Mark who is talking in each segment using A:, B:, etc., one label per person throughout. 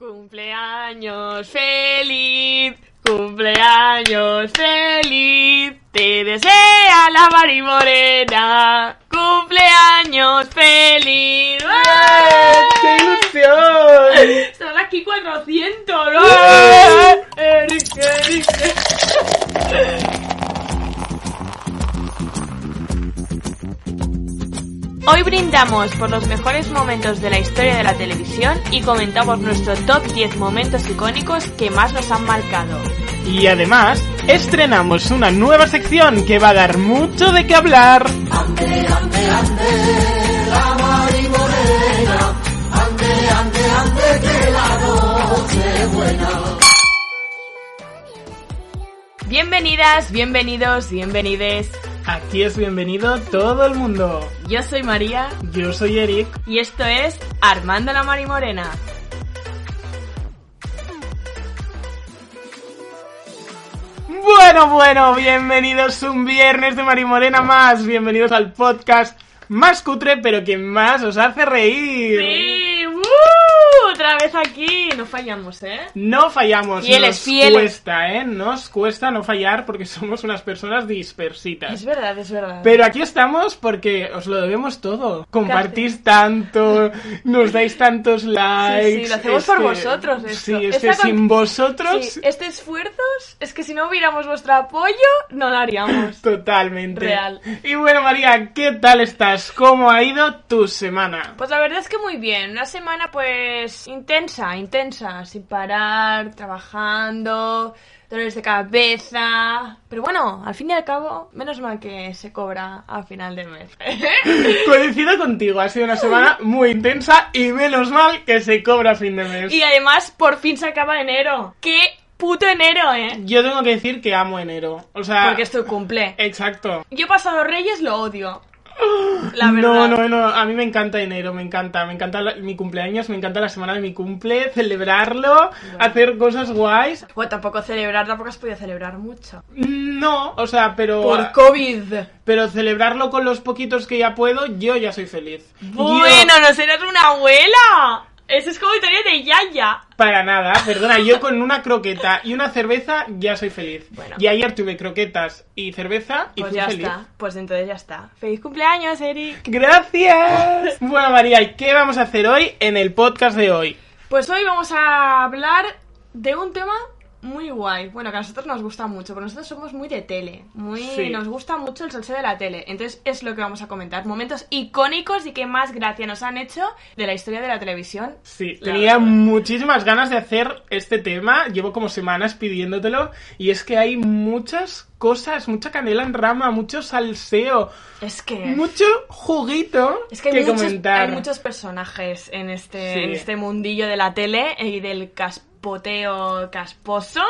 A: Cumpleaños feliz, cumpleaños feliz, te desea la Mari Morena. Cumpleaños feliz.
B: ¡Qué ilusión!
A: Están aquí 400, ¿no? ¡Eh! Eric, Eric. Hoy brindamos por los mejores momentos de la historia de la televisión y comentamos nuestro top 10 momentos icónicos que más nos han marcado.
B: Y además, estrenamos una nueva sección que va a dar mucho de qué hablar.
A: Bienvenidas, bienvenidos, bienvenides.
B: Aquí es bienvenido todo el mundo.
A: Yo soy María
B: Yo soy Eric.
A: y esto es Armando la Mari Morena.
B: Bueno, bueno, bienvenidos un viernes de Marimorena más. Bienvenidos al podcast más cutre, pero que más os hace reír.
A: Sí, ¡uh! otra vez aquí, no fallamos, ¿eh?
B: No fallamos,
A: Fieles,
B: nos
A: fieles.
B: cuesta, ¿eh? Nos cuesta no fallar porque somos unas personas dispersitas.
A: Es verdad, es verdad.
B: Pero aquí estamos porque os lo debemos todo. Compartís tanto, nos dais tantos likes. este,
A: Sí, sí, lo hacemos por vosotros, esto.
B: Sí, es
A: Esta
B: que
A: con-
B: sin vosotros,
A: Sí, este esfuerzo es que si no hubiéramos vuestro apoyo, no lo haríamos.
B: totalmente.
A: Real.
B: Y bueno, María, ¿qué tal estás? ¿Cómo ha ido tu semana?
A: Pues la verdad es que muy bien, una semana pues intensa, intensa, sin parar, trabajando, dolores de cabeza, pero bueno, al fin y al cabo, menos mal que se cobra a final de mes.
B: Coincido contigo, ha sido una semana muy intensa y menos mal que se cobra a fin de mes.
A: y además por fin se acaba enero. ¡Qué puto enero, eh!
B: Yo tengo que decir que amo enero. O sea,
A: Porque es tu cumple.
B: exacto.
A: Yo pasado Reyes lo odio. La
B: No,
A: verdad.
B: no, eh. no, a mí me encanta enero, me encanta, me encanta la- mi cumpleaños, me encanta la semana de mi cumple, celebrarlo, hacer cosas guays.
A: Bueno, Pues tampoco celebrar, tampoco has podido celebrar mucho.
B: No, eh. o sea, pero ah,
A: Por COVID.
B: pero celebrarlo con los poquitos que ya puedo, yo ya soy feliz.
A: Bueno,
B: Yo-
A: no serás una abuela. Eso es como historia de Yaya.
B: para nada, perdona, yo con una croqueta y una cerveza ya soy feliz.
A: Bueno.
B: Y ayer tuve croquetas y cerveza y
A: Pues
B: fui
A: ya
B: feliz.
A: está. Pues entonces ya está. Feliz cumpleaños, Eric.
B: Gracias. Bueno, María, ¿y qué vamos a hacer hoy en el podcast de hoy?
A: Pues hoy vamos a hablar de un tema muy guay. Bueno, que a nosotros nos gusta mucho, porque nosotros somos muy de tele. Muy
B: Sí.
A: nos gusta mucho el salseo de la tele. Entonces es lo que vamos a comentar. Momentos icónicos y que más gracia nos han hecho de la historia de la televisión.
B: Sí,
A: La
B: tenía
A: verdad.
B: muchísimas ganas de hacer este tema, llevo como semanas pidiéndotelo y es que hay muchas cosas, mucha canela en rama, mucho salseo,
A: Es que
B: mucho juguito
A: Eh. Es que hay, muchos,
B: comentar.
A: hay muchos personajes en este,
B: Sí.
A: en este mundillo de la tele y del caspoteo casposo.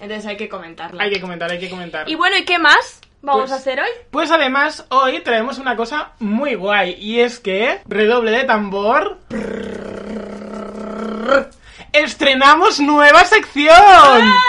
A: Entonces hay que comentarlo.
B: Hay que comentar, hay que comentar.
A: Y bueno, ¿y qué más vamos
B: Pues-
A: a hacer hoy?
B: Pues además hoy traemos una cosa muy guay y es que redoble de tambor. Estrenamos nueva sección.
A: ¡Ah!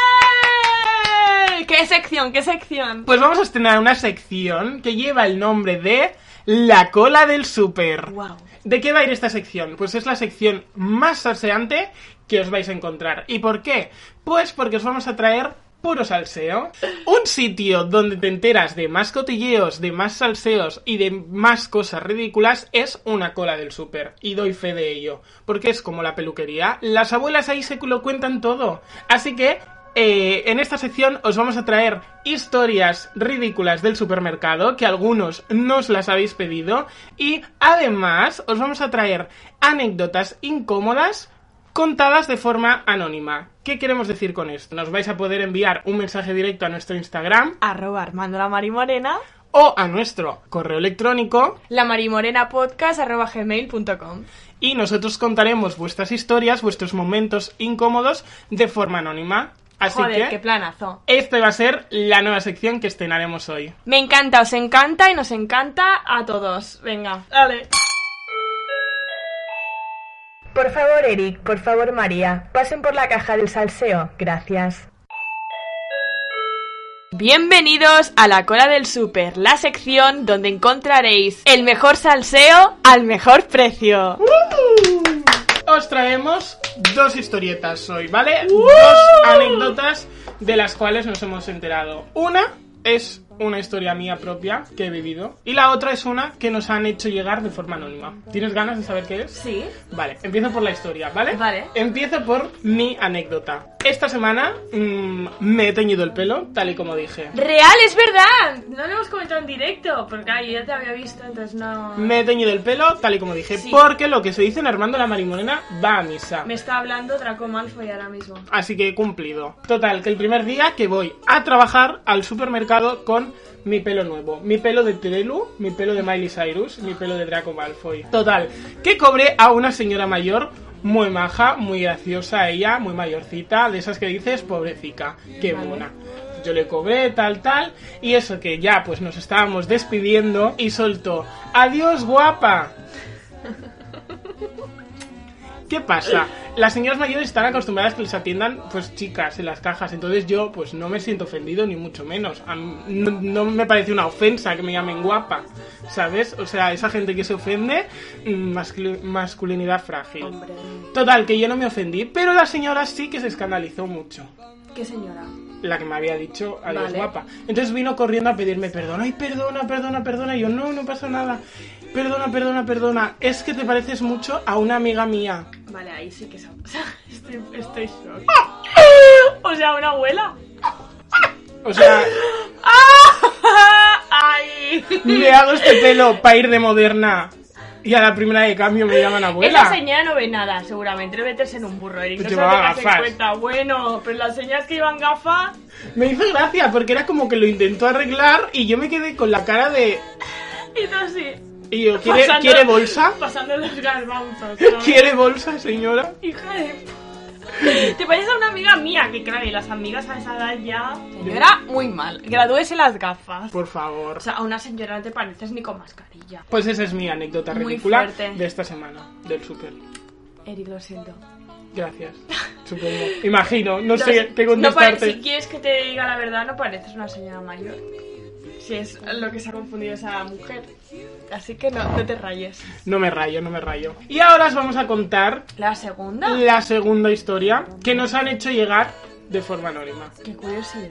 A: ¡Eh! ¿Qué sección? ¿Qué sección?
B: Pues vamos a estrenar una sección que lleva el nombre de La cola del súper.
A: Wow.
B: ¿De qué va a ir esta sección? Pues es la sección más salseante que os vais a encontrar. ¿Y por qué? Pues porque os vamos a traer puro salseo. Un sitio donde te enteras de más cotilleos, de más salseos y de más cosas ridículas es una cola del súper. Y doy fe de ello. Porque es como la peluquería. Las abuelas ahí se lo cuentan todo. Así que... eh, en esta sección os vamos a traer historias ridículas del supermercado, que algunos nos las habéis pedido, y además os vamos a traer anécdotas incómodas contadas de forma anónima. ¿Qué queremos decir con esto? Nos vais a poder enviar un mensaje directo a nuestro Instagram
A: Arroba Armando la Mari Morena.
B: o a nuestro correo electrónico
A: lamarimorenapodcast.com.
B: y nosotros contaremos vuestras historias, vuestros momentos incómodos de forma anónima. Así
A: Joder, qué
B: que
A: planazo.
B: esta va a ser la nueva sección que estrenaremos hoy.
A: Me encanta, os encanta y nos encanta a todos. Venga. Dale. Por favor, Eric, por favor, María, pasen por la caja del salseo. Gracias. Bienvenidos a la cola del súper, la sección donde encontraréis el mejor salseo al mejor precio.
B: Os traemos dos historietas hoy, ¿vale? Dos anécdotas de las cuales nos hemos enterado. Una es una historia mía propia que he vivido y la otra es una que nos han hecho llegar de forma anónima. ¿Tienes ganas de saber qué es?
A: Sí.
B: Vale, empiezo por la historia, ¿vale?
A: Vale.
B: Empiezo por mi anécdota. Esta semana mm, me he teñido el pelo, tal y como dije.
A: Real, es verdad. No lo hemos comentado en directo, porque ay, yo ya te había visto, entonces no...
B: Me he teñido el pelo, tal y como dije,
A: Sí.
B: porque lo que se dice en Armando la Marimorena va a misa.
A: Me está hablando Draco Malfoy ahora mismo.
B: Así que he cumplido. Total, que el primer día que voy a trabajar al supermercado con mi pelo nuevo. Mi pelo de Terelu, mi pelo de Miley Cyrus, mi pelo de Draco Malfoy. Total, que cobré a una señora mayor muy maja, muy graciosa ella, muy mayorcita, de esas que dices, pobrecica, qué buena. Yo le cobré tal, tal, y eso que ya pues nos estábamos despidiendo y soltó, adiós guapa, ¿Qué pasa? Las señoras mayores están acostumbradas que les atiendan, pues chicas, en las cajas. Entonces yo, pues no me siento ofendido, ni mucho menos. A mí no, no me parece una ofensa que me llamen guapa, ¿sabes? O sea, esa gente que se ofende, mm, mascul- masculinidad frágil.
A: Hombre,
B: Total, que yo no me ofendí, pero la señora sí que se escandalizó mucho.
A: qué señora.
B: La que me había dicho, adiós
A: Vale.
B: guapa. Entonces vino corriendo a pedirme perdón. Ay, perdona, perdona, perdona. Y yo, no, no pasa nada. Perdona, perdona, perdona. Es que te pareces mucho a una amiga mía.
A: Vale, ahí sí que se... o sea, estoy, estoy shock. O sea, una abuela.
B: O sea,
A: ¡Ah! ¡Ay!
B: me hago este pelo para ir de moderna y a la primera de cambio me llaman abuela.
A: Esa señora no ve nada, seguramente. Debe meterse en un burro, Eric. No se lo
B: Llevaba
A: tengas en
B: gafas.
A: cuenta. Bueno, pero las señoras que llevan gafas...
B: Me hizo gracia porque era como que lo intentó arreglar y yo me quedé con la cara de...
A: Y todo así.
B: Y yo, ¿quiere,
A: pasando-
B: ¿quiere bolsa?
A: Pasando los garbanzos. ¿sabes?
B: ¿Quiere bolsa, señora?
A: Hija de... Te pareces a una amiga mía, que claro, y las amigas a esa edad ya... Señora, muy mal. Gradúese las gafas.
B: Por favor.
A: O sea, a una señora no te pareces ni con mascarilla.
B: Pues esa es mi anécdota
A: Muy
B: ridícula
A: fuerte.
B: de esta semana, del súper.
A: Eric, lo siento.
B: Gracias, supongo. Imagino,
A: Lo
B: no sé
A: si-
B: qué
A: no pare-
B: contestarte.
A: si quieres que te diga la verdad, no pareces una señora mayor. Si es lo que se ha confundido esa mujer. Así que no, no te rayes.
B: No me rayo, no me rayo. Y ahora os vamos a contar
A: La segunda.
B: la segunda historia que nos han hecho llegar de forma anónima.
A: Qué curiosidad.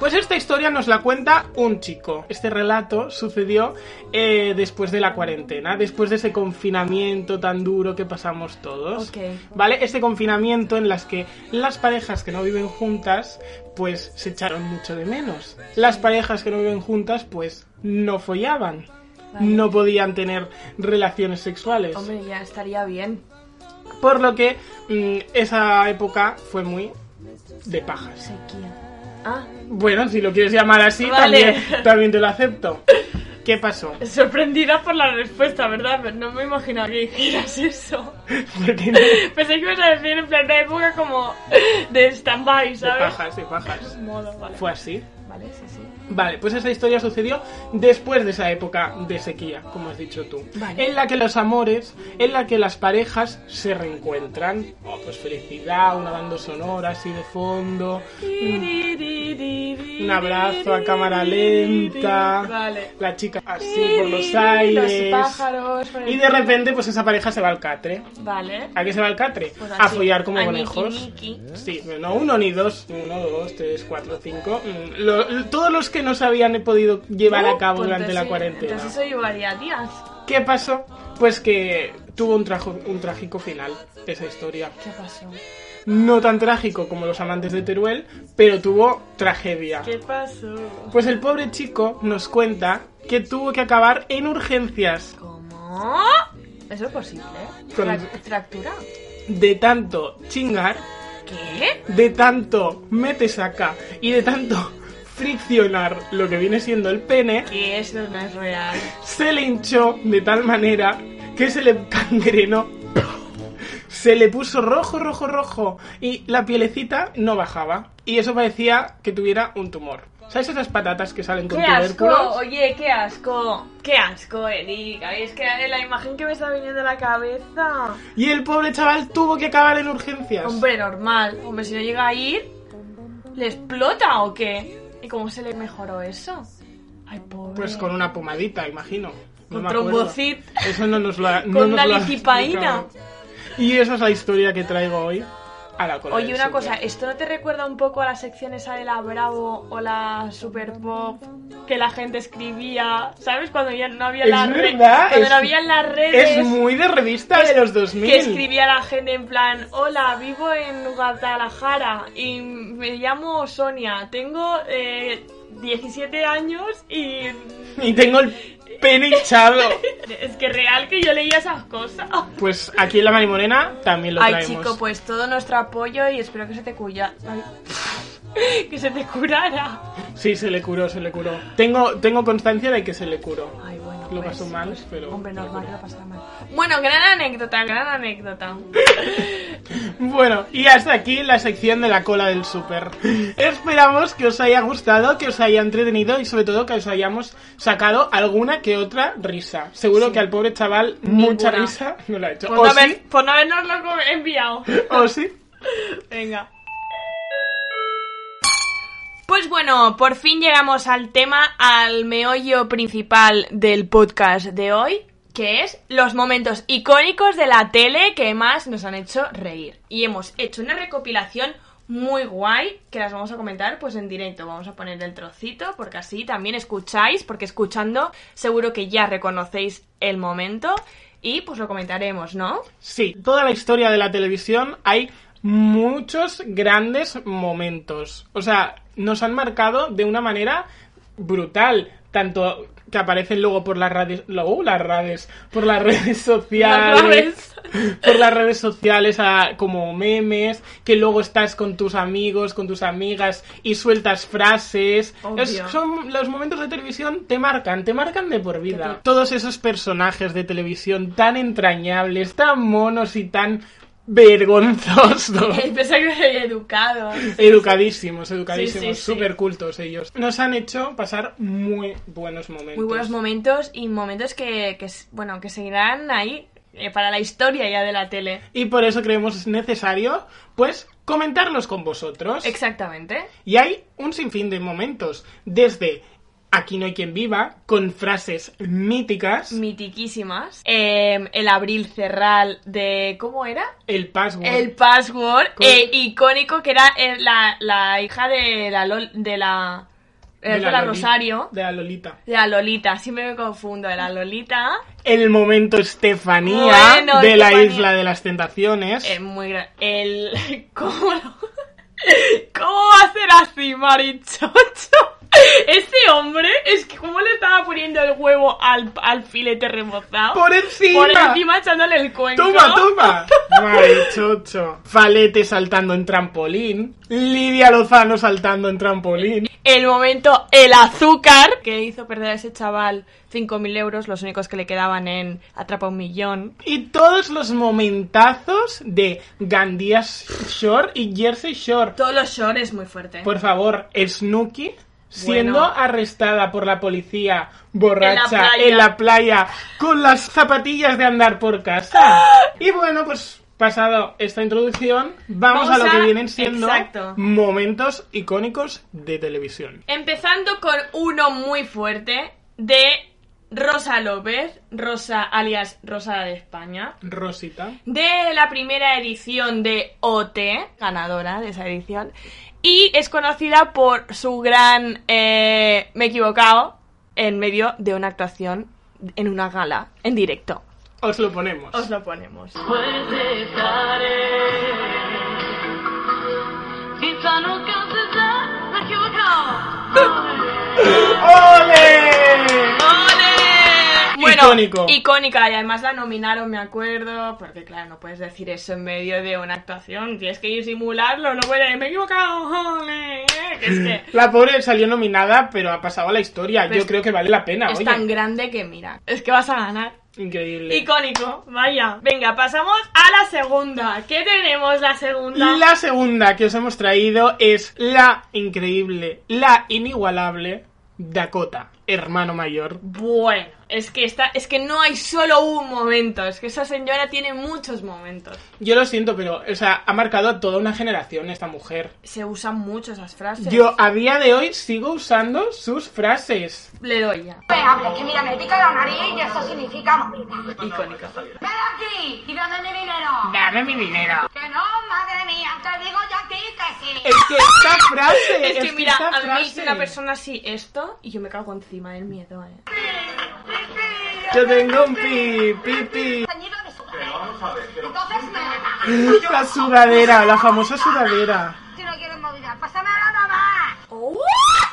B: Pues esta historia nos la cuenta un chico. Este relato sucedió eh, después de la cuarentena, después de ese confinamiento tan duro que pasamos todos.
A: Ok.
B: ¿Vale? Este confinamiento en las que las parejas que no viven juntas, pues se echaron mucho de menos. Las parejas que no viven juntas, pues no follaban.
A: Vale.
B: No podían tener relaciones sexuales.
A: Hombre, ya estaría bien.
B: Por lo que mm, esa época fue muy de pajas.
A: Sequía. Ah,
B: Bueno, si lo quieres llamar así,
A: Vale.
B: también, también te lo acepto. ¿Qué pasó?
A: sorprendida por la respuesta, ¿verdad? Pero no me imaginaba que dijeras eso.
B: Porque no- de
A: Pensé que ibas a decir en plan de época como de stand-by, ¿sabes?
B: pajas, de pajas.
A: Modo, vale.
B: Fue así.
A: Vale, sí, sí.
B: Vale, pues esa historia sucedió después de esa época de sequía, como has dicho tú.
A: Vale.
B: En la que los amores, en la que las parejas se reencuentran. Oh, pues felicidad, una banda sonora así de fondo. Un abrazo a cámara lenta.
A: Mm. Vale.
B: La chica así por los aires.
A: Los pájaros. por el
B: Y de
A: cielo.
B: repente, pues esa pareja se va al catre.
A: Vale.
B: ¿A qué se va el catre?
A: Pues
B: a
A: así,
B: follar como
A: a
B: conejos.
A: niki, niki.
B: Sí, no uno ni dos, uno, dos, tres, cuatro, cinco. Mm, lo- todos los que no se habían podido llevar a cabo
A: Pues
B: durante la
A: entonces-
B: cuarentena.
A: Entonces eso llevaría días.
B: ¿Qué pasó? Pues que tuvo un, trajo- un trágico final esa historia.
A: ¿Qué pasó?
B: No tan trágico como los amantes de Teruel, pero tuvo tragedia.
A: ¿Qué pasó?
B: Pues el pobre chico nos cuenta que tuvo que acabar en urgencias
A: ¿Cómo? Eso es posible.
B: Con-
A: Fra- ¿Fractura?
B: de tanto chingar
A: ¿Qué?
B: de tanto mete saca y de tanto friccionar lo que viene siendo el pene,
A: Que eso no es real.
B: se le hinchó de tal manera que se le cangrenó. Se le puso rojo, rojo, rojo. Y la pielecita no bajaba. Y eso parecía que tuviera un tumor. ¿Sabes esas patatas que salen con
A: ¡Qué asco!
B: tubérculos?
A: Oye, qué asco. ¡Qué asco, Erika! Es que eh, la imagen que me está viniendo a la cabeza.
B: Y el pobre chaval tuvo que acabar en urgencias.
A: Hombre, normal. Hombre, si no llega a ir, ¿le explota o qué? ¿Y cómo se le mejoró eso? Ay, pobre.
B: Pues con una pomadita, imagino. No
A: Con
B: me acuerdo.
A: trombocit.
B: Eso no nos lo ha, no
A: Con
B: nos
A: una
B: lo ha
A: lixipaína.
B: explicado. Y esa es la historia que traigo hoy a la cola
A: Oye,
B: del
A: una
B: surco.
A: cosa, ¿esto no te recuerda un poco a la sección esa de la Bravo o la Super Pop que la gente escribía? ¿Sabes? Cuando ya no había
B: Es
A: las re-
B: verdad,
A: Cuando
B: es-
A: no había las redes.
B: Es muy de revista
A: Es-
B: de los 2000.
A: Que escribía la gente en plan, hola, vivo en Guadalajara y me llamo Sonia, tengo eh, 17 años y...
B: Y tengo el pene hinchado.
A: Es que real que yo leía esas cosas.
B: Pues aquí en La Marimorena también lo
A: Ay,
B: traemos.
A: chico, pues todo nuestro apoyo y espero que se te cuya... ay, que se te curara.
B: Sí, se le curó, se le curó. Tengo, tengo constancia de que se le curó.
A: Ay, bueno,
B: Lo
A: pues,
B: pasó mal,
A: pues,
B: pero-
A: Hombre,
B: pero
A: normal que
B: bueno.
A: lo pasara mal. Bueno, gran anécdota, gran anécdota.
B: Bueno, y hasta aquí la sección de la cola del súper. Esperamos que os haya gustado, que os haya entretenido y sobre todo que os hayamos sacado alguna que otra risa. Seguro que al pobre chaval mucha
A: Ninguna.
B: risa no la ha hecho.
A: Por,
B: O
A: no
B: ¿Oh, sí,
A: haber, por no habernoslo enviado.
B: o sí.
A: Venga. Pues bueno, por fin llegamos al tema, al meollo principal del podcast de hoy, que es los momentos icónicos de la tele que más nos han hecho reír. Y hemos hecho una recopilación muy guay que las vamos a comentar pues en directo. Vamos a poner el trocito porque así también escucháis, porque escuchando seguro que ya reconocéis el momento y pues lo comentaremos, ¿no?
B: Sí, toda la historia de la televisión hay muchos grandes momentos. O sea, nos han marcado de una manera brutal, tanto que aparecen luego por las redes, luego las redes, por las redes sociales, por las redes sociales a- como memes, que luego estás con tus amigos, con tus amigas y sueltas frases.
A: Obvio.
B: Es- son los momentos de televisión te marcan, te marcan de por vida.
A: Total.
B: Todos esos personajes de televisión tan entrañables, tan monos y tan vergonzosos.
A: Eh, Pensaba que era educado.
B: Educadísimos, educadísimos,
A: Sí, sí, sí.
B: súper cultos ellos. Nos han hecho pasar muy buenos momentos.
A: Muy buenos momentos y momentos que, que s- bueno, que seguirán ahí eh, para la historia ya de la tele.
B: Y por eso creemos necesario, pues, comentarlos con vosotros.
A: Exactamente.
B: Y hay un sinfín de momentos, desde Aquí no hay quien viva, con frases míticas,
A: Mitiquísimas. Eh, el abril cerral de... ¿Cómo era?
B: el password,
A: El password
B: Con-
A: eh, icónico que era eh, la, la hija de la... Lol- de la...
B: de
A: eh, de la
B: Loli-
A: Rosario.
B: de la Lolita,
A: De la Lolita. Siempre me confundo. De la Lolita.
B: el momento Estefanía
A: Bueno,
B: de la
A: Estefanía.
B: isla de las tentaciones,
A: Eh, muy grande. El. ¿Cómo lo- ¿Cómo va a ser así, marichocho? Este hombre, es que como le estaba poniendo el huevo al, al filete remozado.
B: por encima,
A: Por encima echándole el cuenco.
B: toma, toma, marichocho, Falete saltando en trampolín, Lidia Lozano saltando en trampolín,
A: El momento, el azúcar, que hizo perder a ese chaval 5.000 euros, los únicos que le quedaban en Atrapa un Millón.
B: y todos los momentazos de Gandía Shore y Jersey Shore,
A: Todos los shorts es muy fuerte.
B: Por favor, Snooki siendo
A: Bueno.
B: arrestada por la policía borracha
A: En la playa.
B: en la playa con las zapatillas de andar por casa.
A: ¡Ah!
B: Y bueno, pues pasado esta introducción, vamos,
A: Vamos
B: a lo que
A: a-
B: vienen siendo
A: Exacto.
B: momentos icónicos de televisión.
A: Empezando con uno muy fuerte de Rosa López, Rosa alias Rosa de España,
B: Rosita.
A: de la primera edición de OT, ganadora de esa edición, y es conocida por su gran eh, Me he equivocado en medio de una actuación en una gala, en directo.
B: Os lo ponemos.
A: Os lo ponemos.
C: Pues dejaré. Quizá nunca se se ha equivocado.
B: ¡Ole!
A: ¡Ole!
B: Icónico.
A: Icónica, y además la nominaron, me acuerdo, porque claro, no puedes decir eso en medio de una actuación, tienes que disimularlo, no puedes, me he equivocado, ole, eh, que es que
B: La pobre salió nominada, pero ha pasado a la historia.
A: Pues
B: Yo creo que vale la pena,
A: es
B: oye.
A: tan grande que mira, es que vas a ganar.
B: Increíble.
A: Icónico, vaya. Venga, pasamos a la segunda. ¿Qué tenemos la segunda?
B: La segunda que os hemos traído es la increíble, la inigualable Dakota, hermano mayor.
A: Bueno, es que está, es que no hay solo un momento, es que esa señora tiene muchos momentos.
B: Yo lo siento, pero, o sea, ha marcado a toda una generación esta mujer.
A: Se usan mucho esas frases.
B: Yo a día de hoy sigo usando sus frases.
A: le doy ya.
D: me hables, que mira, me pica la nariz y eso significa morirme.
A: Icónico.
D: ¡Ven aquí y dame mi dinero!
B: Dame mi dinero.
D: ¡Que no, madre mía! ¡Te digo yo a ti que sí!
B: Es que esta
A: Es
B: frase.
A: que mira,
B: esta
A: a mí
B: frase-
A: una persona así esto y yo me cago encima del miedo, eh.
B: Yo tengo un pi, pi, pi.
D: Ceñido de sudadera. Entonces me la
B: La sudadera, la famosa sudadera.
D: Si no quieres movilidad, pásame la mamá.
B: ¡Oh!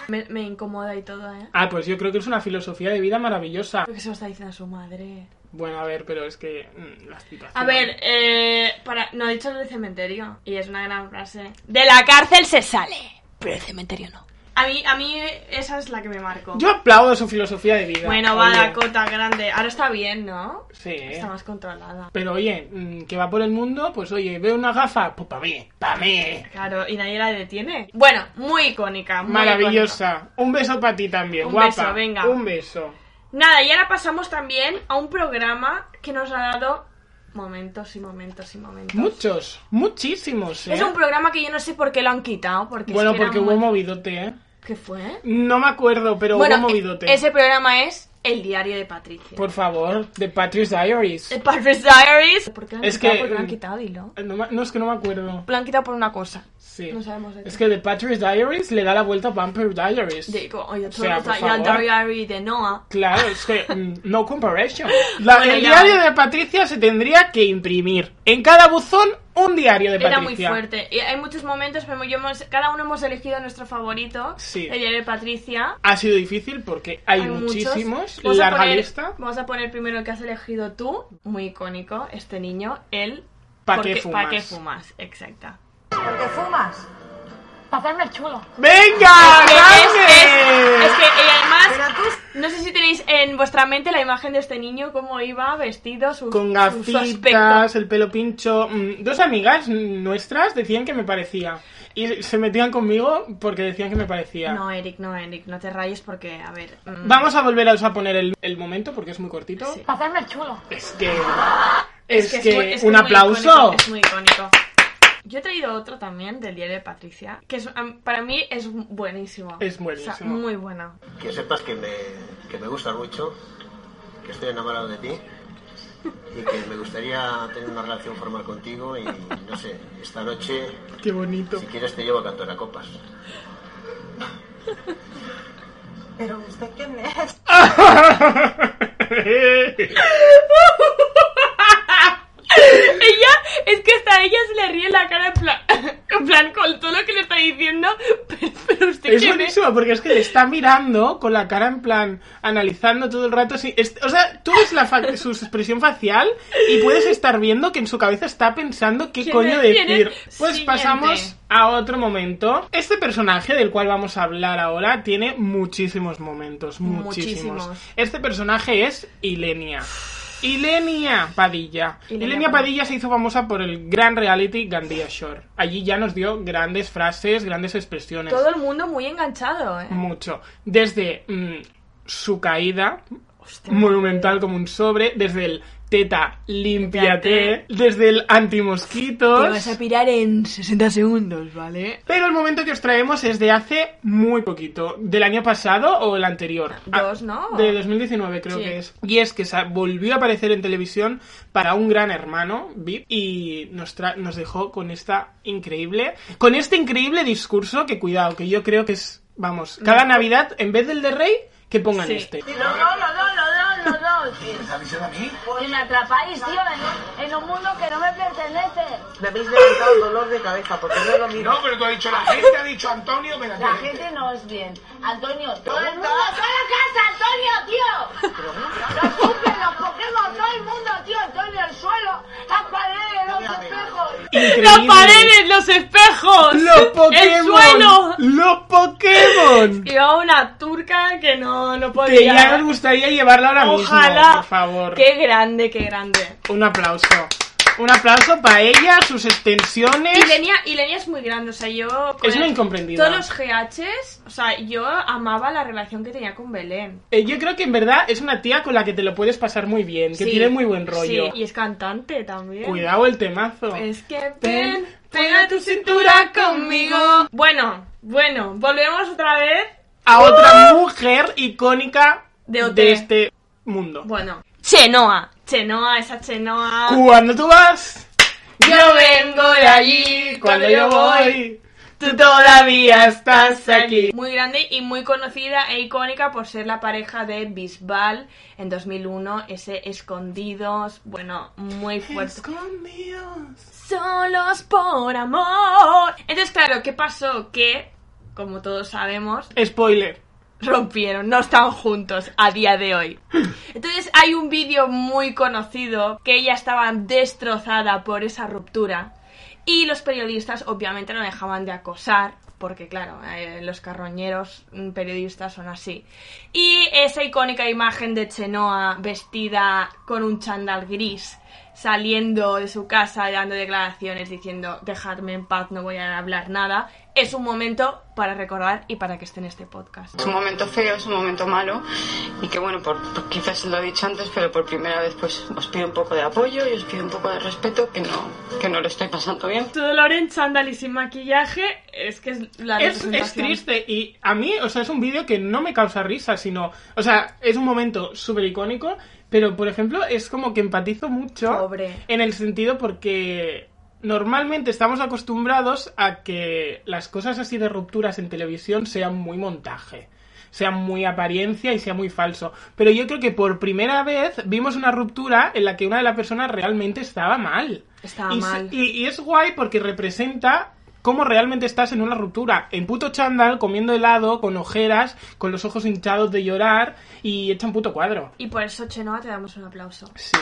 A: Me, me incomoda y todo, eh.
B: Ah, pues yo creo que es una filosofía de vida maravillosa.
A: Porque se lo está diciendo a su madre.
B: Bueno, a ver, pero es que. mm, la situación-
A: A ver, eh, para, no he dicho lo del cementerio, y es una gran frase. De la cárcel se sale, pero el cementerio no. A mí, a mí esa es la que me marcó.
B: Yo aplaudo su filosofía de vida.
A: bueno, va
B: oye.
A: la cota grande. Ahora está bien, ¿no?
B: Sí. ¿eh?
A: Está más controlada.
B: Pero oye, mm, que va por el mundo, pues oye, veo una gafa, pues pa' mí, pa' mí.
A: Claro, y nadie la detiene. Bueno, muy icónica. muy
B: Maravillosa. Un beso para ti también,
A: Un
B: guapa.
A: beso, venga.
B: Un beso.
A: icónica. Nada, y ahora pasamos también a un programa que nos ha dado momentos y momentos y momentos.
B: Muchos, muchísimos. ¿eh?
A: Es un programa que yo no sé por qué lo han quitado. Porque
B: bueno,
A: es que era
B: porque hubo
A: muy-
B: movidote, ¿eh?
A: ¿Qué fue?
B: No me acuerdo, pero
A: bueno,
B: hubo movidote.
A: e- ese programa es El diario de Patricia.
B: Por favor, de Patrick's Diaries.
A: El Patrick's Diaries. ¿Por qué lo han
B: Es
A: quitado?
B: que-
A: ¿Por qué lo han quitado? Dilo.
B: No, ma- no, es que no me acuerdo.
A: Lo han quitado por una cosa.
B: Sí.
A: No sabemos ¿eh? de qué.
B: Es que de Patrick's Diaries le da la vuelta a Vampire Diaries.
A: Digo, oye,
B: O
A: todo
B: sea,
A: está-
B: por
A: y al
B: favor.
A: Diary de Noah.
B: Claro, es que mm, no comparison. La-
A: Bueno,
B: el
A: ya.
B: diario de Patricia se tendría que imprimir. En cada buzón, un diario de
A: Era
B: Patricia.
A: muy fuerte. Y hay muchos momentos, pero yo hemos- cada uno hemos elegido nuestro favorito.
B: Sí.
A: El diario de Patricia.
B: Ha sido difícil porque hay,
A: muchos.
B: muchísimos.
A: Vamos a
B: Larga
A: poner-
B: lista.
A: Vamos a poner primero el que has elegido tú. Muy icónico, este niño. El.
B: ¿Pa'
A: porque-
B: qué fumas?
A: ¿Para qué fumas? Exacta.
D: ¿Por qué fumas? Para hacerme el chulo.
B: ¡Venga!
A: Que es,
B: grande!
A: es- es que, y
D: Pero
A: además,
D: tú...
A: no sé si tenéis en vuestra mente la imagen de este niño, cómo iba vestido, su,
B: Con
A: su- su aspecto.
B: gafitas, el pelo pincho. Mm, Dos amigas nuestras decían que me parecía. Y se metían conmigo porque decían que me parecía.
A: No, Eric, no, Eric, no te rayes porque, a ver. mm,
B: Vamos a volver a a poner el, el momento porque es muy cortito.
A: Sí.
D: Para hacerme el chulo.
B: Es que. Es, que,
A: muy- es
B: un
A: muy
B: aplauso.
A: icónico, es muy icónico. Yo he traído otro también del diario de Patricia, que es, am- para mí es buenísimo.
B: Es buenísimo.
A: O sea, muy buena.
E: que sepas que me, que me gusta mucho, que estoy enamorado de ti y que me gustaría tener una relación formal contigo y no sé, esta noche,
B: Qué bonito.
E: si quieres te llevo a cantar a copas.
D: Pero usted quién es?
A: Ella, es que hasta a ella se le ríe la cara en plan, en plan con todo lo que le está diciendo, pero, pero usted
B: Es
A: ¿Este quién es?
B: buenísimo porque es que le está mirando con la cara en plan, analizando todo el rato. sí, es- o sea, tú ves la fa- su expresión facial y puedes estar viendo que en su cabeza está pensando qué
A: ¿Quién
B: coño
A: es? ¿Quién
B: decir.
A: es?
B: Pues
A: Siguiente.
B: pasamos a otro momento. Este personaje del cual vamos a hablar ahora tiene muchísimos momentos, muchísimos.
A: Muchísimos.
B: Este personaje es Ilenia. Ilenia Padilla.
A: Ilenia Padilla.
B: Ilenia, Padilla. Ella se hizo famosa por el gran reality Gandía Shore. Allí ya nos dio grandes frases, grandes expresiones.
A: Todo el mundo muy enganchado, eh.
B: Mucho. Desde mm, su caída,
A: Hostia.
B: monumental como un sobre, desde el teta, límpiate,
A: Límpiate.
B: desde el
A: Te
B: antimosquitos.
A: vas a pirar en 60 segundos, ¿vale?
B: Pero el momento que os traemos es de hace muy poquito, del año pasado o el anterior. Ah,
A: Dos, ¿no?
B: De 2019 creo
A: Sí.
B: que es. Y es que sa- volvió a aparecer en televisión para un gran hermano, VIP, y nos, tra- nos dejó con esta increíble, con este increíble discurso que cuidado, que yo creo que es, vamos, cada Navidad, en vez del de Rey, que pongan
A: Sí.
B: este.
D: Lo do, lo do, lo do, lo do.
F: vamos.
E: ¿Me está avisando a mí?
F: Que me atrapáis, tío, en, en un mundo que no me pertenece.
G: Me habéis levantado el dolor de cabeza porque no es lo mismo.
E: No, pero tú has dicho la gente, ha dicho Antonio, me la
F: La
E: tiene.
F: gente no es bien. Antonio, todo el mundo, toda la casa, Antonio, tío. Los Google, los Pokémon, todo el mundo, tío. Antonio, el suelo, las paredes, los espejos.
A: ¡Las
B: Increíble.
A: paredes, los espejos!
B: ¡Los
A: ¡El
B: Pokémon!
A: suelo!
B: ¡Los Pokémon!
A: Llevaba una turca que no, no podía.
B: Que ya nos gustaría llevarla ahora mismo,
A: Ojalá.
B: por favor.
A: Qué grande, qué grande.
B: Un aplauso. Un aplauso para ella, sus extensiones.
A: Y Lenia, y Lenia es muy grande, o sea, yo... con
B: Es una
A: el-
B: incomprendida.
A: Todos los GHs, o sea, yo amaba la relación que tenía con Belén.
B: Eh, Yo creo que en verdad es una tía con la que te lo puedes pasar muy bien, que
A: Sí,
B: tiene muy buen
A: Sí,
B: rollo.
A: y es cantante también.
B: Cuidado el temazo.
A: Es que
B: Ven,
A: ven, pega tu cintura conmigo. Bueno, bueno, volvemos otra vez.
B: A otra mujer icónica
A: ¡Uh! De OT.
B: este mundo.
A: Bueno, Chenoa. Chenoa, esa Chenoa.
B: Cuando tú vas,
A: Yo vengo de allí,
B: cuando yo voy, tú todavía estás aquí.
A: Muy grande y muy conocida e icónica por ser la pareja de Bisbal en 2001, ese escondidos, bueno, muy fuerte.
B: Escondidos.
A: Solos por amor. Entonces, claro, ¿qué pasó? Que, como todos sabemos,
B: Spoiler.
A: rompieron, no están juntos a día de hoy. Entonces hay un vídeo muy conocido que ella estaba destrozada por esa ruptura y los periodistas obviamente no dejaban de acosar. Porque claro, eh, los carroñeros mm, periodistas son así. Y esa icónica imagen de Chenoa vestida con un chandal gris, saliendo de su casa, dando declaraciones, diciendo dejadme en paz, no voy a hablar nada, es un momento para recordar y para que esté en este podcast.
H: Es un momento feo, es un momento malo y que bueno, por, por- quizás lo he dicho antes, pero por primera vez pues os pido un poco de apoyo y os pido un poco de respeto que no, que no lo estoy pasando bien.
A: Todo Laura en chándal y sin maquillaje es que es la
B: Es, es
A: representación.
B: triste y a mí, o sea, es un vídeo que no me causa risa, sino, o sea, es un momento súper icónico, pero por ejemplo es como que empatizo mucho
A: Pobre.
B: en el sentido porque normalmente estamos acostumbrados a que las cosas así de rupturas en televisión sean muy montaje, sean muy apariencia y sea muy falso, pero yo creo que por primera vez vimos una ruptura en la que una de las personas realmente estaba mal.
A: Estaba
B: Y, se-
A: mal.
B: y- y es guay porque representa cómo realmente estás en una ruptura. En puto chándal, comiendo helado, con ojeras, con los ojos hinchados de llorar y echa un puto cuadro.
A: Y por eso, Chenoa, te damos un aplauso.
B: Sí.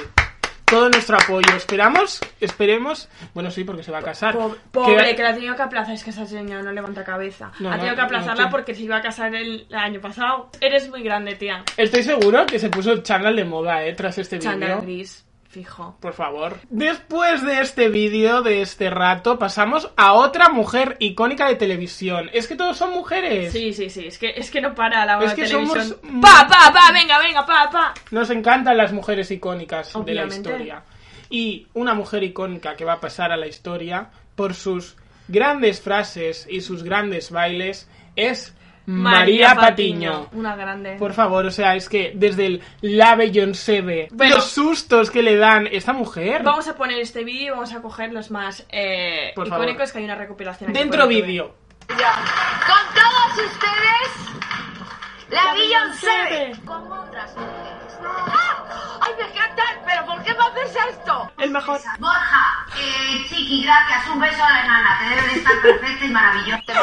B: Todo nuestro apoyo. Esperamos, esperemos. Bueno, sí, porque se va a casar.
A: Po-
B: Ah, Que-
A: Pobre, que... la ha tenido que aplazar. Es que esa señora no levanta cabeza.
B: No,
A: ha
B: no,
A: tenido que
B: no
A: aplazarla
B: tiene.
A: porque se iba a casar el, el año pasado. Eres muy grande, tía.
B: Estoy seguro que se puso el chándal de moda, eh, tras este
A: Chándal
B: vídeo.
A: gris, fijo.
B: Por favor. Después de este vídeo, de este rato, pasamos a otra mujer icónica de televisión. Es que todos son mujeres.
A: Sí, sí, sí. Es que, es que no para la hora
B: Es
A: de
B: que
A: televisión.
B: somos-
A: Pa, pa, pa, venga, venga, pa, pa.
B: Nos encantan las mujeres icónicas
A: Obviamente.
B: de la historia. Y una mujer icónica que va a pasar a la historia por sus grandes frases y sus grandes bailes es María, Patiño.
A: Una grande.
B: Por favor, o sea, es que desde el La Beyoncé B,
A: Bueno.
B: los sustos que le dan esta mujer.
A: Vamos a poner este vídeo y vamos a coger los más eh,
B: Por favor.
A: icónicos que hay una recopilación aquí
B: Dentro
A: por YouTube.
B: vídeo.
F: Con todos ustedes, la Beyoncé. Con otras mujeres. ¡Ah! ¡Ay, me encantan! ¿Pero por qué me haces esto?
A: El mejor.
D: Borja, eh, chiqui, gracias. Un beso a la enana, que debe de estar perfecta y maravillosa. Te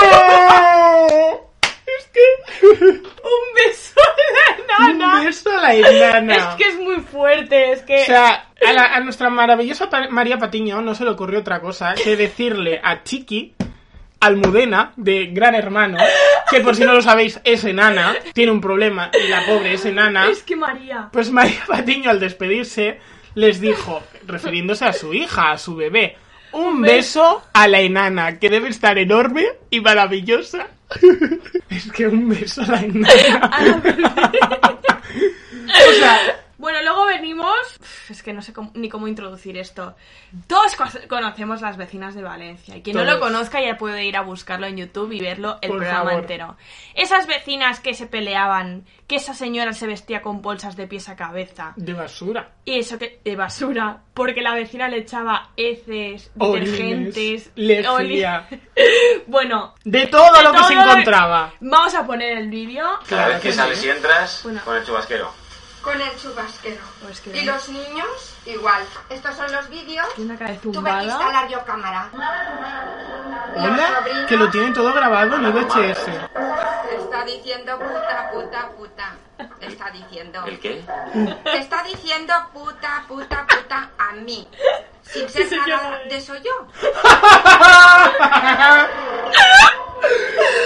D: mando
B: es que.
A: Un beso de la nana.
B: Un beso a la enana.
A: Es que es muy fuerte, es que.
B: O sea, a,
A: eh.
B: la- a nuestra maravillosa Pa- María Patiño no se le ocurrió otra cosa que decirle a Chiqui, Almudena, de Gran Hermano, que por si no lo sabéis es enana, tiene un problema y la pobre es enana,
A: es que María.
B: pues María Patiño al despedirse les dijo, refiriéndose a su hija, a su bebé, un beso a la enana, que debe estar enorme y maravillosa. es que un beso a la enana. o sea...
A: Bueno, luego venimos. Uf, Es que no sé cómo- ni cómo introducir esto. Todos co- conocemos las vecinas de Valencia. Y quien no lo
B: Todos.
A: conozca ya puede ir a buscarlo en YouTube y verlo el
B: Por
A: programa
B: favor.
A: entero. Esas vecinas que se peleaban, que esa señora se vestía con bolsas de pies a cabeza.
B: De basura.
A: Y eso que de basura, porque la vecina le echaba heces,
B: Orines,
A: detergentes,
B: lejía.
A: oli- Bueno,
B: De todo lo que
A: todo
B: se
A: lo-
B: encontraba.
A: vamos a poner el vídeo.
B: Claro que sí.
E: y entras
A: Bueno.
E: con el chubasquero.
I: con el chubasquero.
A: Pues que
I: Y
A: bien.
I: los niños, igual. Estos son los vídeos.
A: Una cara de
I: Tuve que
A: zumbada.
I: instalar yo cámara.
B: Hola, que lo tienen todo grabado en VHS.
I: Te está diciendo puta, puta, puta. Te está diciendo.
J: ¿El qué?
I: Te está diciendo puta, puta, puta a mí. Sin ser
F: Sí,
I: nada de eso yo.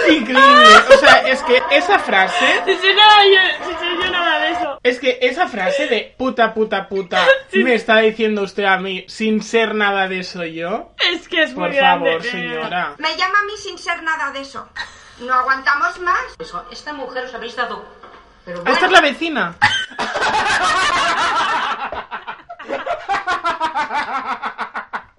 B: Increíble. O sea, es que esa frase.
A: Si soy nada, yo, si soy yo nada de eso.
B: Es que esa frase de puta, puta, puta, me está diciendo usted a mí sin ser nada de eso yo.
A: Es que es
B: Por
A: muy grande.
B: favor, señora.
I: Me llama a mí sin ser nada de eso. No aguantamos más.
H: Esta mujer os habéis dado. Pero
B: Ah, Esta es la vecina.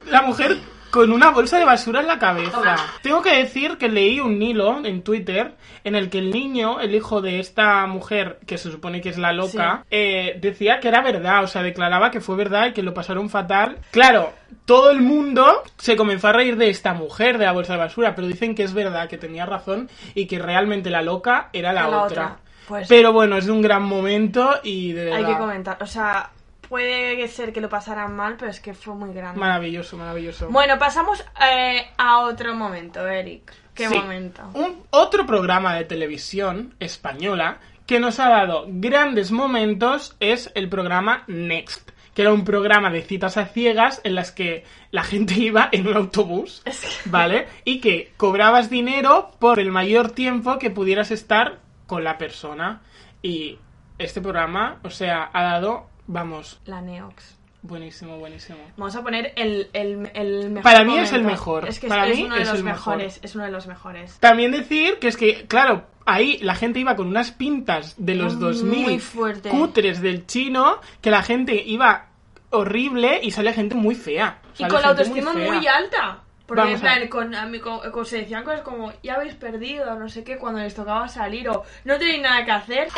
B: La mujer con una bolsa de basura en la cabeza. Tengo que decir que leí un hilo en Twitter en el que el niño, el hijo de esta mujer, que se supone que es la loca, eh, decía que era verdad, o sea, declaraba que fue verdad y que lo pasaron fatal. Claro, todo el mundo se comenzó a reír de esta mujer de la bolsa de basura, pero dicen que es verdad, que tenía razón y que realmente la loca era la,
A: La otra.
B: otra.
A: Pues-
B: pero bueno, es de un gran momento y de verdad.
A: Hay que comentar. O sea, puede que ser que lo pasaran mal, pero es que fue muy grande.
B: Maravilloso, maravilloso.
A: Bueno, pasamos eh, a otro momento, Eric. ¿Qué
B: Sí.
A: momento?
B: un otro programa de televisión española que nos ha dado grandes momentos es el programa Next, que era un programa de citas a ciegas en las que la gente iba en un autobús, ¿vale? Y que cobrabas dinero por el mayor tiempo que pudieras estar con la persona. Y este programa, o sea, ha dado, vamos,
A: La Neox.
B: buenísimo, buenísimo.
A: Vamos a poner el, el, el mejor.
B: Para mí es
A: momento.
B: el mejor.
A: Es que
B: Para
A: es,
B: mí
A: uno de
B: es
A: los
B: el mejor.
A: mejores. Es uno de los mejores.
B: También decir que es que, claro, ahí la gente iba con unas pintas de los
A: Muy
B: 2000
A: fuerte.
B: cutres del chino, que la gente iba horrible y sale gente muy fea.
A: Y
B: Sale
A: con la
B: gente
A: autoestima muy,
B: fea.
A: alta. Porque
B: Vamos
A: en
B: a
A: plan,
B: ver.
A: con, a mí, con- con- se decían cosas como, ya habéis perdido, no sé qué, cuando les tocaba salir o no tenéis nada que hacer.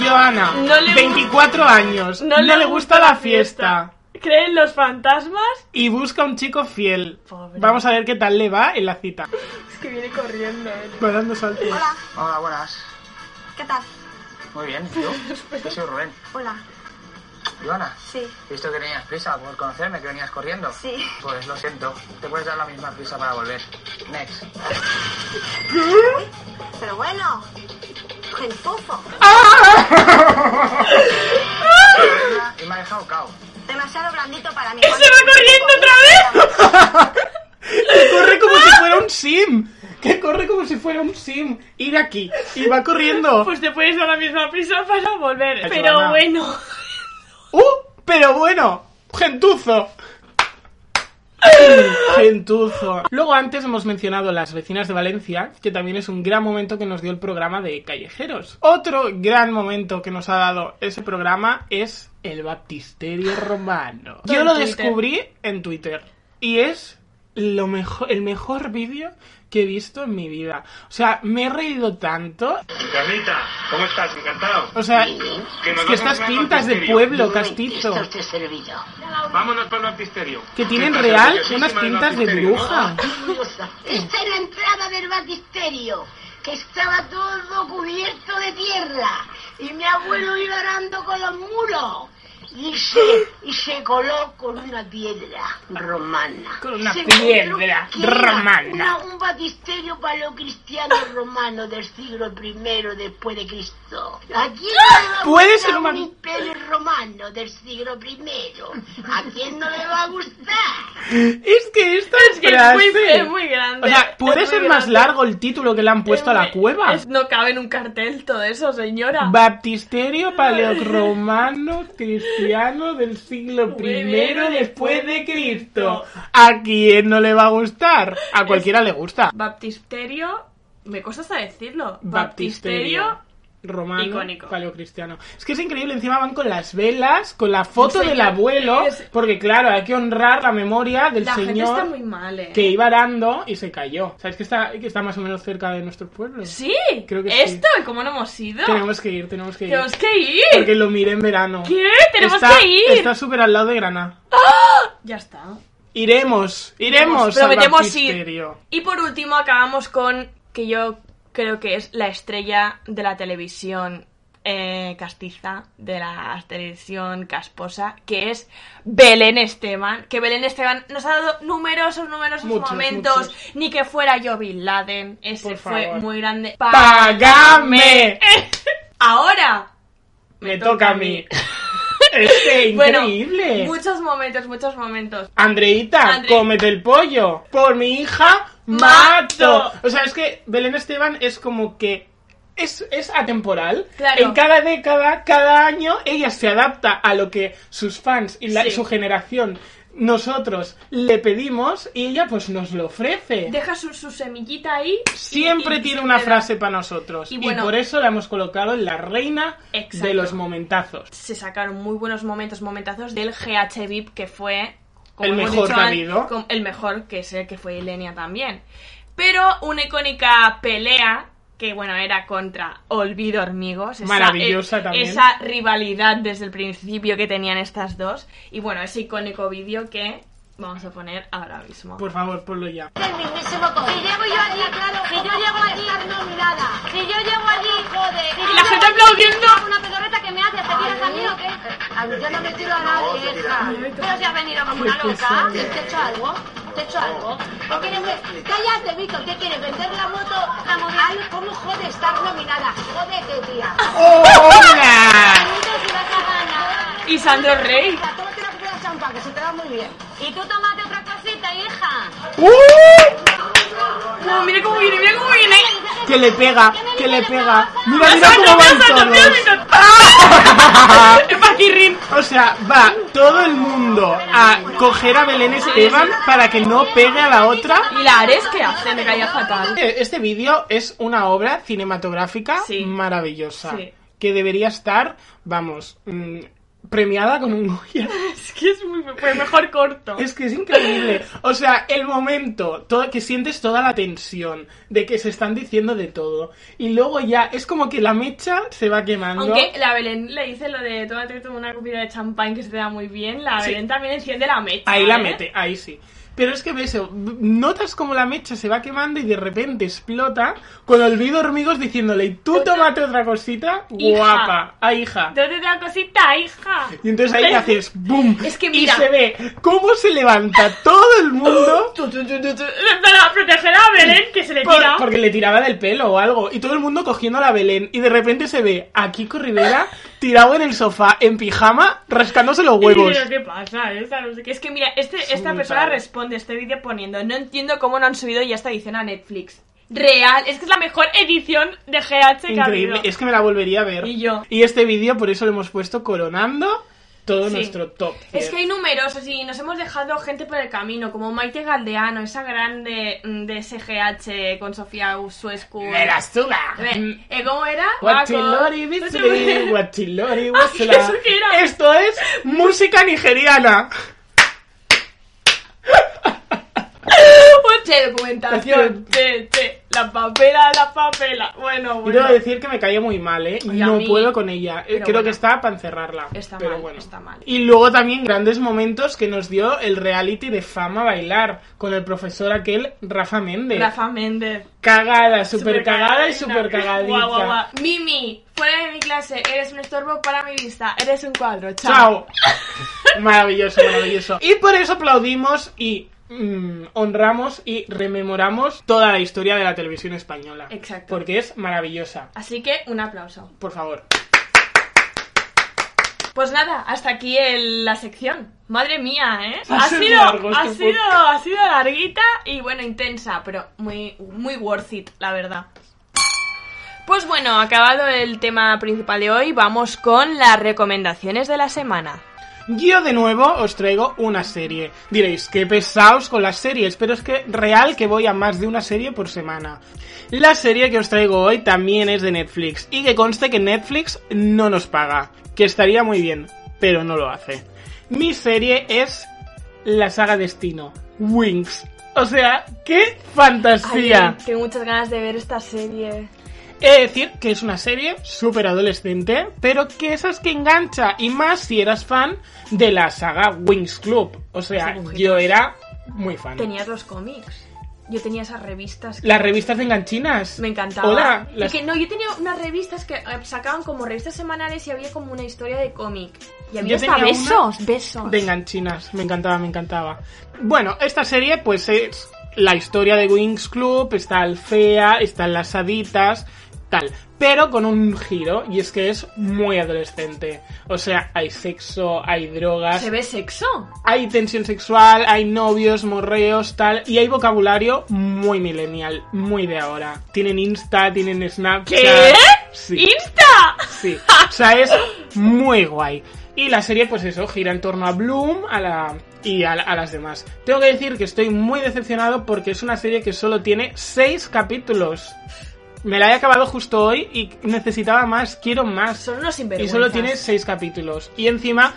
B: Joana,
A: No le gu-
B: 24 años, no, le, gusta la fiesta.
A: ¿Creen los fantasmas?
B: Y busca un chico fiel.
A: Pobre.
B: Vamos a ver qué tal le va en la cita.
A: Es que viene corriendo. eh.
B: Va dando saltos.
G: Hola, buenas.
I: ¿Qué tal?
G: Muy bien, ¿yo? Yo soy Rubén.
I: Hola.
G: Joana,
I: Sí.
G: he visto que tenías prisa por conocerme, que venías corriendo.
I: Sí.
G: Pues lo siento, te puedes dar la misma prisa para volver. Next.
I: Pero bueno. Gentufo.
G: Ah, Y me ha dejado cao.
I: Demasiado blandito para mí.
B: Que corre como si fuera un sim. Que corre como si fuera un sim. Ir aquí. Y va corriendo.
A: Pues te puedes dar la misma prisa para volver.
B: Ay,
A: Pero
B: Joana.
A: bueno.
B: ¡Uh! Pero bueno, gentuzo. Gentuzo. Luego antes hemos mencionado Las vecinas de Valencia, que también es un gran momento que nos dio el programa de Callejeros. Otro gran momento que nos ha dado ese programa es el baptisterio romano.
A: En
B: Yo lo
A: Twitter.
B: descubrí en Twitter y es lo mejor, el mejor vídeo que he visto en mi vida. O sea, me he reído tanto.
K: Carlita, ¿cómo estás? Encantado.
B: O sea,
K: nos
B: es que estas
K: vamos al
B: pintas de
K: baptisterio.
B: pueblo, castizo.
K: Vámonos para el baptisterio.
B: Que tienen
K: Pintas
B: real
K: orgullosísimas
B: unas
K: del
B: pintas de
K: baptisterio.
B: bruja.
L: Esta es la entrada del batisterio, que estaba todo cubierto de tierra. Y mi abuelo iba arando con los muros. Y se, y se coló con una piedra romana.
B: Con una
L: Se encontró
B: piedra
L: que era
B: romana.
L: una- un batisterio paleocristiano romano del siglo I después de Cristo. Aquí no le va
B: Puede
L: a
B: ser
L: gustar
B: un
L: un
B: bat-
L: imperio romano del siglo I. ¿A quién no le va a gustar?
B: Es que esta
A: Es que es muy,
B: frase-
A: es muy grande.
B: O sea, puede
A: Es muy
B: ser más
A: grande.
B: largo el título que le han puesto a la cueva.
A: Es- no cabe en un cartel todo eso, señora.
B: Baptisterio paleocromano cristiano del siglo
A: Primero
B: primero después de Cristo. ¿A quién no le va a gustar? A cualquiera le gusta.
A: Baptisterio. Me cuesta hasta decirlo.
B: Baptisterio
A: Baptisterio.
B: romano
A: Icónico.
B: paleocristiano. Es que es increíble, encima van con las velas, con la foto
A: Un
B: del
A: señor
B: abuelo,
A: que es-
B: porque claro, hay que honrar la memoria del
A: La gente
B: señor
A: está muy mal, eh.
B: que iba arando y se cayó. ¿Sabes que está, que está más o menos cerca de nuestro pueblo?
A: Sí,
B: Creo que sí.
A: esto, ¿y cómo no hemos ido?
B: Tenemos que ir, tenemos que ir.
A: Tenemos que ir.
B: Porque lo miré en verano.
A: ¿Qué? Tenemos
B: Está-
A: que ir.
B: Está súper al lado de Granada.
A: Ya está.
B: Iremos, iremos. al
A: Prometemos ir.
B: baptisterio.
A: Y por último acabamos con que yo creo que es la estrella de la televisión eh, castiza de la televisión casposa, que es Belén Esteban. Que Belén Esteban nos ha dado numerosos, numerosos
B: Muchos,
A: momentos.
B: muchos.
A: Ni que fuera yo Bin Laden. Ese
B: Por
A: fue
B: favor.
A: muy grande.
B: ¡Págame!
A: Eh, Ahora.
B: Me toca a mí. Es que
A: Bueno,
B: increíble.
A: muchos momentos, muchos momentos.
B: Andreita,
A: Andre-
B: cómete el pollo. Por mi hija,
A: Mato.
B: mato. O sea, es que Belén Esteban es como que. Es, es atemporal.
A: Claro.
B: En cada década, cada año, ella se adapta a lo que sus fans y la-
A: Sí.
B: su generación, nosotros, le pedimos y ella pues nos lo ofrece.
A: Deja su, su semillita ahí.
B: Siempre
A: y- y
B: tiene
A: se
B: una
A: queda.
B: frase para nosotros.
A: Y
B: Y,
A: bueno.
B: por eso la hemos colocado en la reina
A: Exacto.
B: de los momentazos.
A: se sacaron muy buenos momentos, momentazos del GH VIP que fue
B: El
A: hemos
B: mejor
A: dicho an-
B: Davido.
A: com- el mejor que es el que fue Ilenia también. Pero una icónica pelea que bueno era contra Olvido Hormigos, esa-
B: Maravillosa
A: eh,
B: también.
A: esa rivalidad desde el principio que tenían estas dos y bueno ese icónico vídeo que vamos a poner ahora mismo.
B: Por favor, ponlo ya.
F: el mismísimo Que llego yo allí, claro, que yo llego allí nominada, que yo llego allí, joder. que
A: Y la
F: yo llego
A: gente
F: allí,
A: aplaudiendo.
F: que Una pedorreta que me haces, ¿te tiras a mí o qué? A mí yo no me tiro a nadie, hija. Pero si has venido como una loca, ¿te he hecho algo? ¿Te he hecho algo? ¿Qué quieres ver? Cállate, Víctor, ¿qué quieres? ¿Vender la moto? a morir? Ay, ¿cómo jode estar nominada? Jódete, tía.
A: ¡Oh!
B: ¡Hola!
F: Te vas a ganar.
A: Y Sandro Rey.
F: Tómate una copita de champán, que se te da muy bien. Y tú tomate otra cosita, hija.
A: ¡Oh!
B: ¡Uh!
A: No, ¡Oh, mira cómo viene, mira cómo viene.
B: Que le pega, que le pega. Mira, mira
A: Sandro,
B: cómo van
A: mira, Sandro, mira,
B: todos.
A: mira. ¡Ah! El paquirrín.
B: O sea, va todo el mundo a coger a Belén Esteban para que no pegue a la otra.
A: Y la Ares que hace, me caía fatal.
B: Eh, Este vídeo es una obra cinematográfica
A: Sí.
B: maravillosa.
A: Sí.
B: Que debería estar, vamos, mm, premiada con un Goya.
A: Es que es muy fue mejor corto.
B: Es que es increíble. O sea, el momento todo, que sientes toda la tensión de que se están diciendo de todo. Y luego ya es como que la mecha se va quemando.
A: Aunque la Belén le dice lo de tómate tú una copita de champán que se te da muy bien, la
B: Sí.
A: Belén también enciende la mecha.
B: Ahí la
A: ¿eh?
B: mete, ahí sí. Pero es que ves, eso, notas como la mecha se va quemando y de repente explota con olvido hormigos diciéndole, "Y tú tómate otra cosita,
A: Hija.
B: guapa, ah, hija.
A: Tómate una cosita, hija.
B: Y entonces ahí
A: Pero-
B: haces boom
A: Es que
B: y
A: mira.
B: se ve cómo se levanta todo el mundo
A: Tu, tu, tu, tu, tu, Para proteger a Belén que se le
B: por-
A: tira.
B: porque le tiraba del pelo o algo y todo el mundo cogiendo a la Belén y de repente se ve a Kiko Rivera tirado en el sofá en pijama rascándose los
A: Y
B: huevos.
A: digo, ¿Qué pasa? Esta no sé qué. Es que mira, este, esta
B: muy
A: persona
B: padre.
A: responde este vídeo poniendo No entiendo cómo no han subido ya esta edición a Netflix. Real, es que es la mejor edición de GH que ha
B: Increíble,
A: habido.
B: es que me la volvería a ver.
A: Y yo.
B: Y este vídeo por eso lo hemos puesto coronando todo
A: Sí.
B: nuestro top.
A: Es que hay numerosos y nos hemos dejado gente por el camino, como Maite Galdeano, esa grande mm, de SGH con Sofía Usuescu.
B: suba!
A: Eh, eh, ¿Cómo era?
B: Guachilori,
A: Paco.
B: bisli, guachilori, guasla.
A: ¿eso qué era?
B: Esto es música nigeriana.
A: Che, documentación. Che, che. La papela, la papela. Bueno,
B: Y debo
A: bueno.
B: decir que me caía muy mal, ¿eh?
A: Oye, a
B: no
A: mí-
B: puedo con ella. Eh,
A: Pero
B: Creo
A: bueno.
B: que está para encerrarla.
A: Está
B: pero
A: mal,
B: bueno.
A: está mal.
B: Y luego también grandes momentos que nos dio el reality de fama bailar con el profesor aquel Rafa Méndez.
A: Rafa Méndez.
B: Cagada, super cagada y
A: Supercagadina.
B: super cagadita.
A: Guau, guau, guau. Mimi, fuera de mi clase, eres un estorbo para mi vista, eres un cuadro, chao.
B: Chao. maravilloso, maravilloso. Y por eso aplaudimos y mm, honramos y rememoramos toda la historia de la televisión española.
A: Exacto.
B: Porque es maravillosa.
A: Así que un aplauso.
B: Por favor.
A: Pues nada, hasta aquí el- la sección. Madre mía, ¿eh?
B: Ha
A: Ha,
B: sido
A: sido,
B: largo este
A: ha
B: podcast.
A: sido, ha sido larguita y bueno, intensa, pero muy, muy worth it, la verdad. Pues bueno, acabado el tema principal de hoy, vamos con las recomendaciones de la semana.
B: Yo de nuevo os traigo una serie. Diréis, qué pesados con las series, pero es que real que voy a más de una serie por semana. La serie que os traigo hoy también es de Netflix y que conste que Netflix no nos paga, que estaría muy bien, pero no lo hace. Mi serie es la saga Destino, Wings. O sea, qué fantasía.
A: Ay, que muchas ganas de ver esta serie.
B: He de decir que es una serie súper adolescente, pero que esas que engancha, y más si eras fan de la saga Wings Club. O sea,
A: Las agujetas.
B: yo era muy fan.
A: Tenías los cómics. Yo tenía esas revistas. que-
B: Las revistas de enganchinas.
A: Me encantaba.
B: Hola,
A: Y
B: las-
A: que no, yo tenía unas revistas que eh, sacaban como revistas semanales y había como una historia de cómic. Y había
B: Yo
A: hasta
B: tenía una
A: besos, besos.
B: De enganchinas, me encantaba, me encantaba. Bueno, esta serie pues es la historia de Wings Club, está Alfea, están las haditas, tal. Pero con un giro, y es que es muy adolescente. O sea, hay sexo, hay drogas.
A: ¿Se ve sexo?
B: Hay tensión sexual, hay novios, morreos, tal. Y hay vocabulario muy millennial, muy de ahora. Tienen Insta, tienen Snapchat.
A: ¿Qué?
B: Sí.
A: ¡Insta!
B: Sí, o sea, es muy guay. Y la serie, pues eso, gira en torno a Bloom a la, y a, a las demás. Tengo que decir que estoy muy decepcionado porque es una serie que solo tiene 6 capítulos. Me la he acabado justo hoy y necesitaba más, quiero más.
A: Son unos
B: Y
A: sinvergüenzas.
B: solo tiene 6 capítulos. Y encima,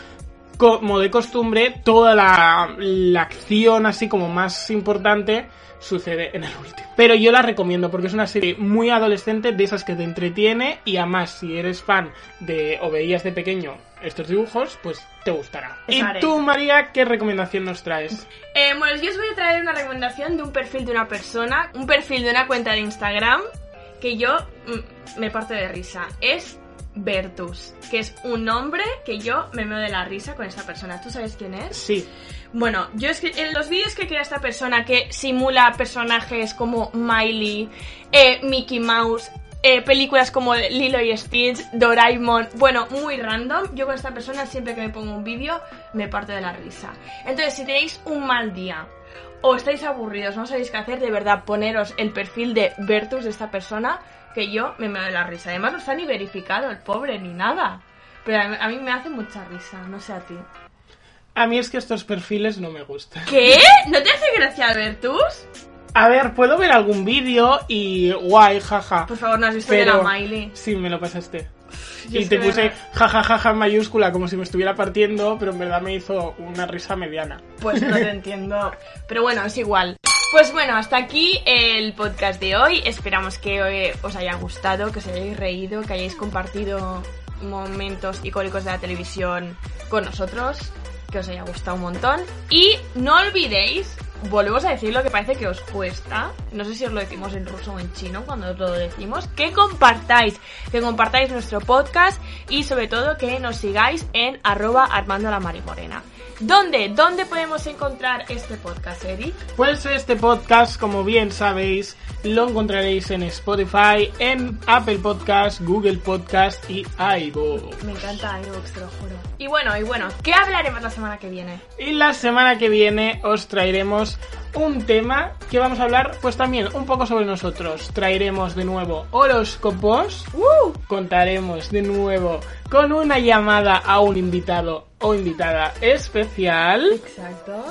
B: como de costumbre, toda la, la acción así como más importante sucede en el último. Pero yo la recomiendo porque es una serie muy adolescente, de esas que te entretiene y además si eres fan de o veías de pequeño estos dibujos, pues te gustará.
A: Esa
B: ¿Y
A: haré.
B: tú, María, qué recomendación nos traes?
A: Eh, bueno, yo os voy a traer una recomendación de un perfil de una persona, un perfil de una cuenta de Instagram que yo mm, me parto de risa. Es Bertus, que es un hombre que yo me meo de la risa con esta persona. ¿Tú sabes quién es?
B: Sí.
A: Bueno, yo es que en los vídeos que crea esta persona que simula personajes como Miley, eh, Mickey Mouse, eh, películas como Lilo y Stitch, Doraemon, bueno, muy random. Yo con esta persona siempre que me pongo un vídeo me parto de la risa. Entonces, si tenéis un mal día o estáis aburridos, no sabéis qué hacer, de verdad poneros el perfil de Bertus de esta persona que yo me meo de la risa. Además, no está ni verificado el pobre ni nada. Pero a mí- a mí me hace mucha risa, no sé a ti.
B: A mí es que estos perfiles no me gustan.
A: ¿Qué? ¿No te hace gracia Bertus?
B: A ver, puedo ver algún vídeo y guay, jaja.
A: Por favor, no has visto
B: Pero-
A: de la Miley.
B: Sí, me lo pasaste.
A: Yo
B: Y
A: es
B: te
A: que
B: puse
A: de verdad-
B: jajajaja en mayúscula como si me estuviera partiendo, pero en verdad me hizo una risa mediana.
A: Pues no te entiendo. Pero bueno, es igual. Pues bueno, hasta aquí el podcast de hoy. Esperamos que eh, os haya gustado, que os hayáis reído, que hayáis compartido momentos icónicos de la televisión con nosotros, que os haya gustado un montón. Y no olvidéis, volvemos a decir lo que parece que os cuesta, no sé si os lo decimos en ruso o en chino cuando os lo decimos, que compartáis, que compartáis nuestro podcast y sobre todo que nos sigáis en arroba armando la marimorena. ¿Dónde? ¿Dónde podemos encontrar este podcast, Eric?
B: Pues este podcast, como bien sabéis, lo encontraréis en Spotify, en Apple Podcast, Google Podcast y iVoox.
A: Me encanta iVoox, te lo juro. Y bueno, y bueno, ¿qué hablaremos la semana que viene?
B: Y la semana que viene os traeremos un tema que vamos a hablar pues también un poco sobre nosotros. Traeremos de nuevo horóscopos, contaremos de nuevo con una llamada a un invitado o invitada especial
A: Exacto.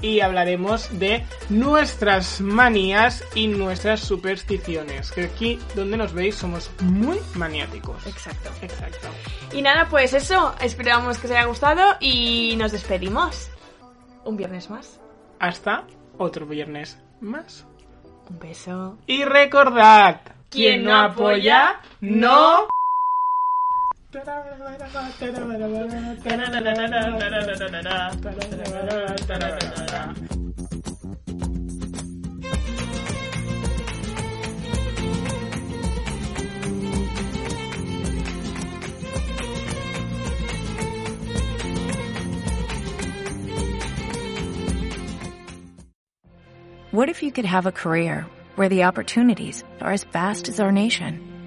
B: y hablaremos de nuestras manías y nuestras supersticiones, que aquí donde nos veis somos muy maniáticos.
A: Exacto.
B: Exacto.
A: Y nada, pues eso, esperamos que os haya gustado y nos despedimos. Un viernes más.
B: Hasta otro viernes más.
A: Un beso.
B: Y recordad,
A: Quien no apoya, no-
J: What if you could have a career where the opportunities are as vast as our nation,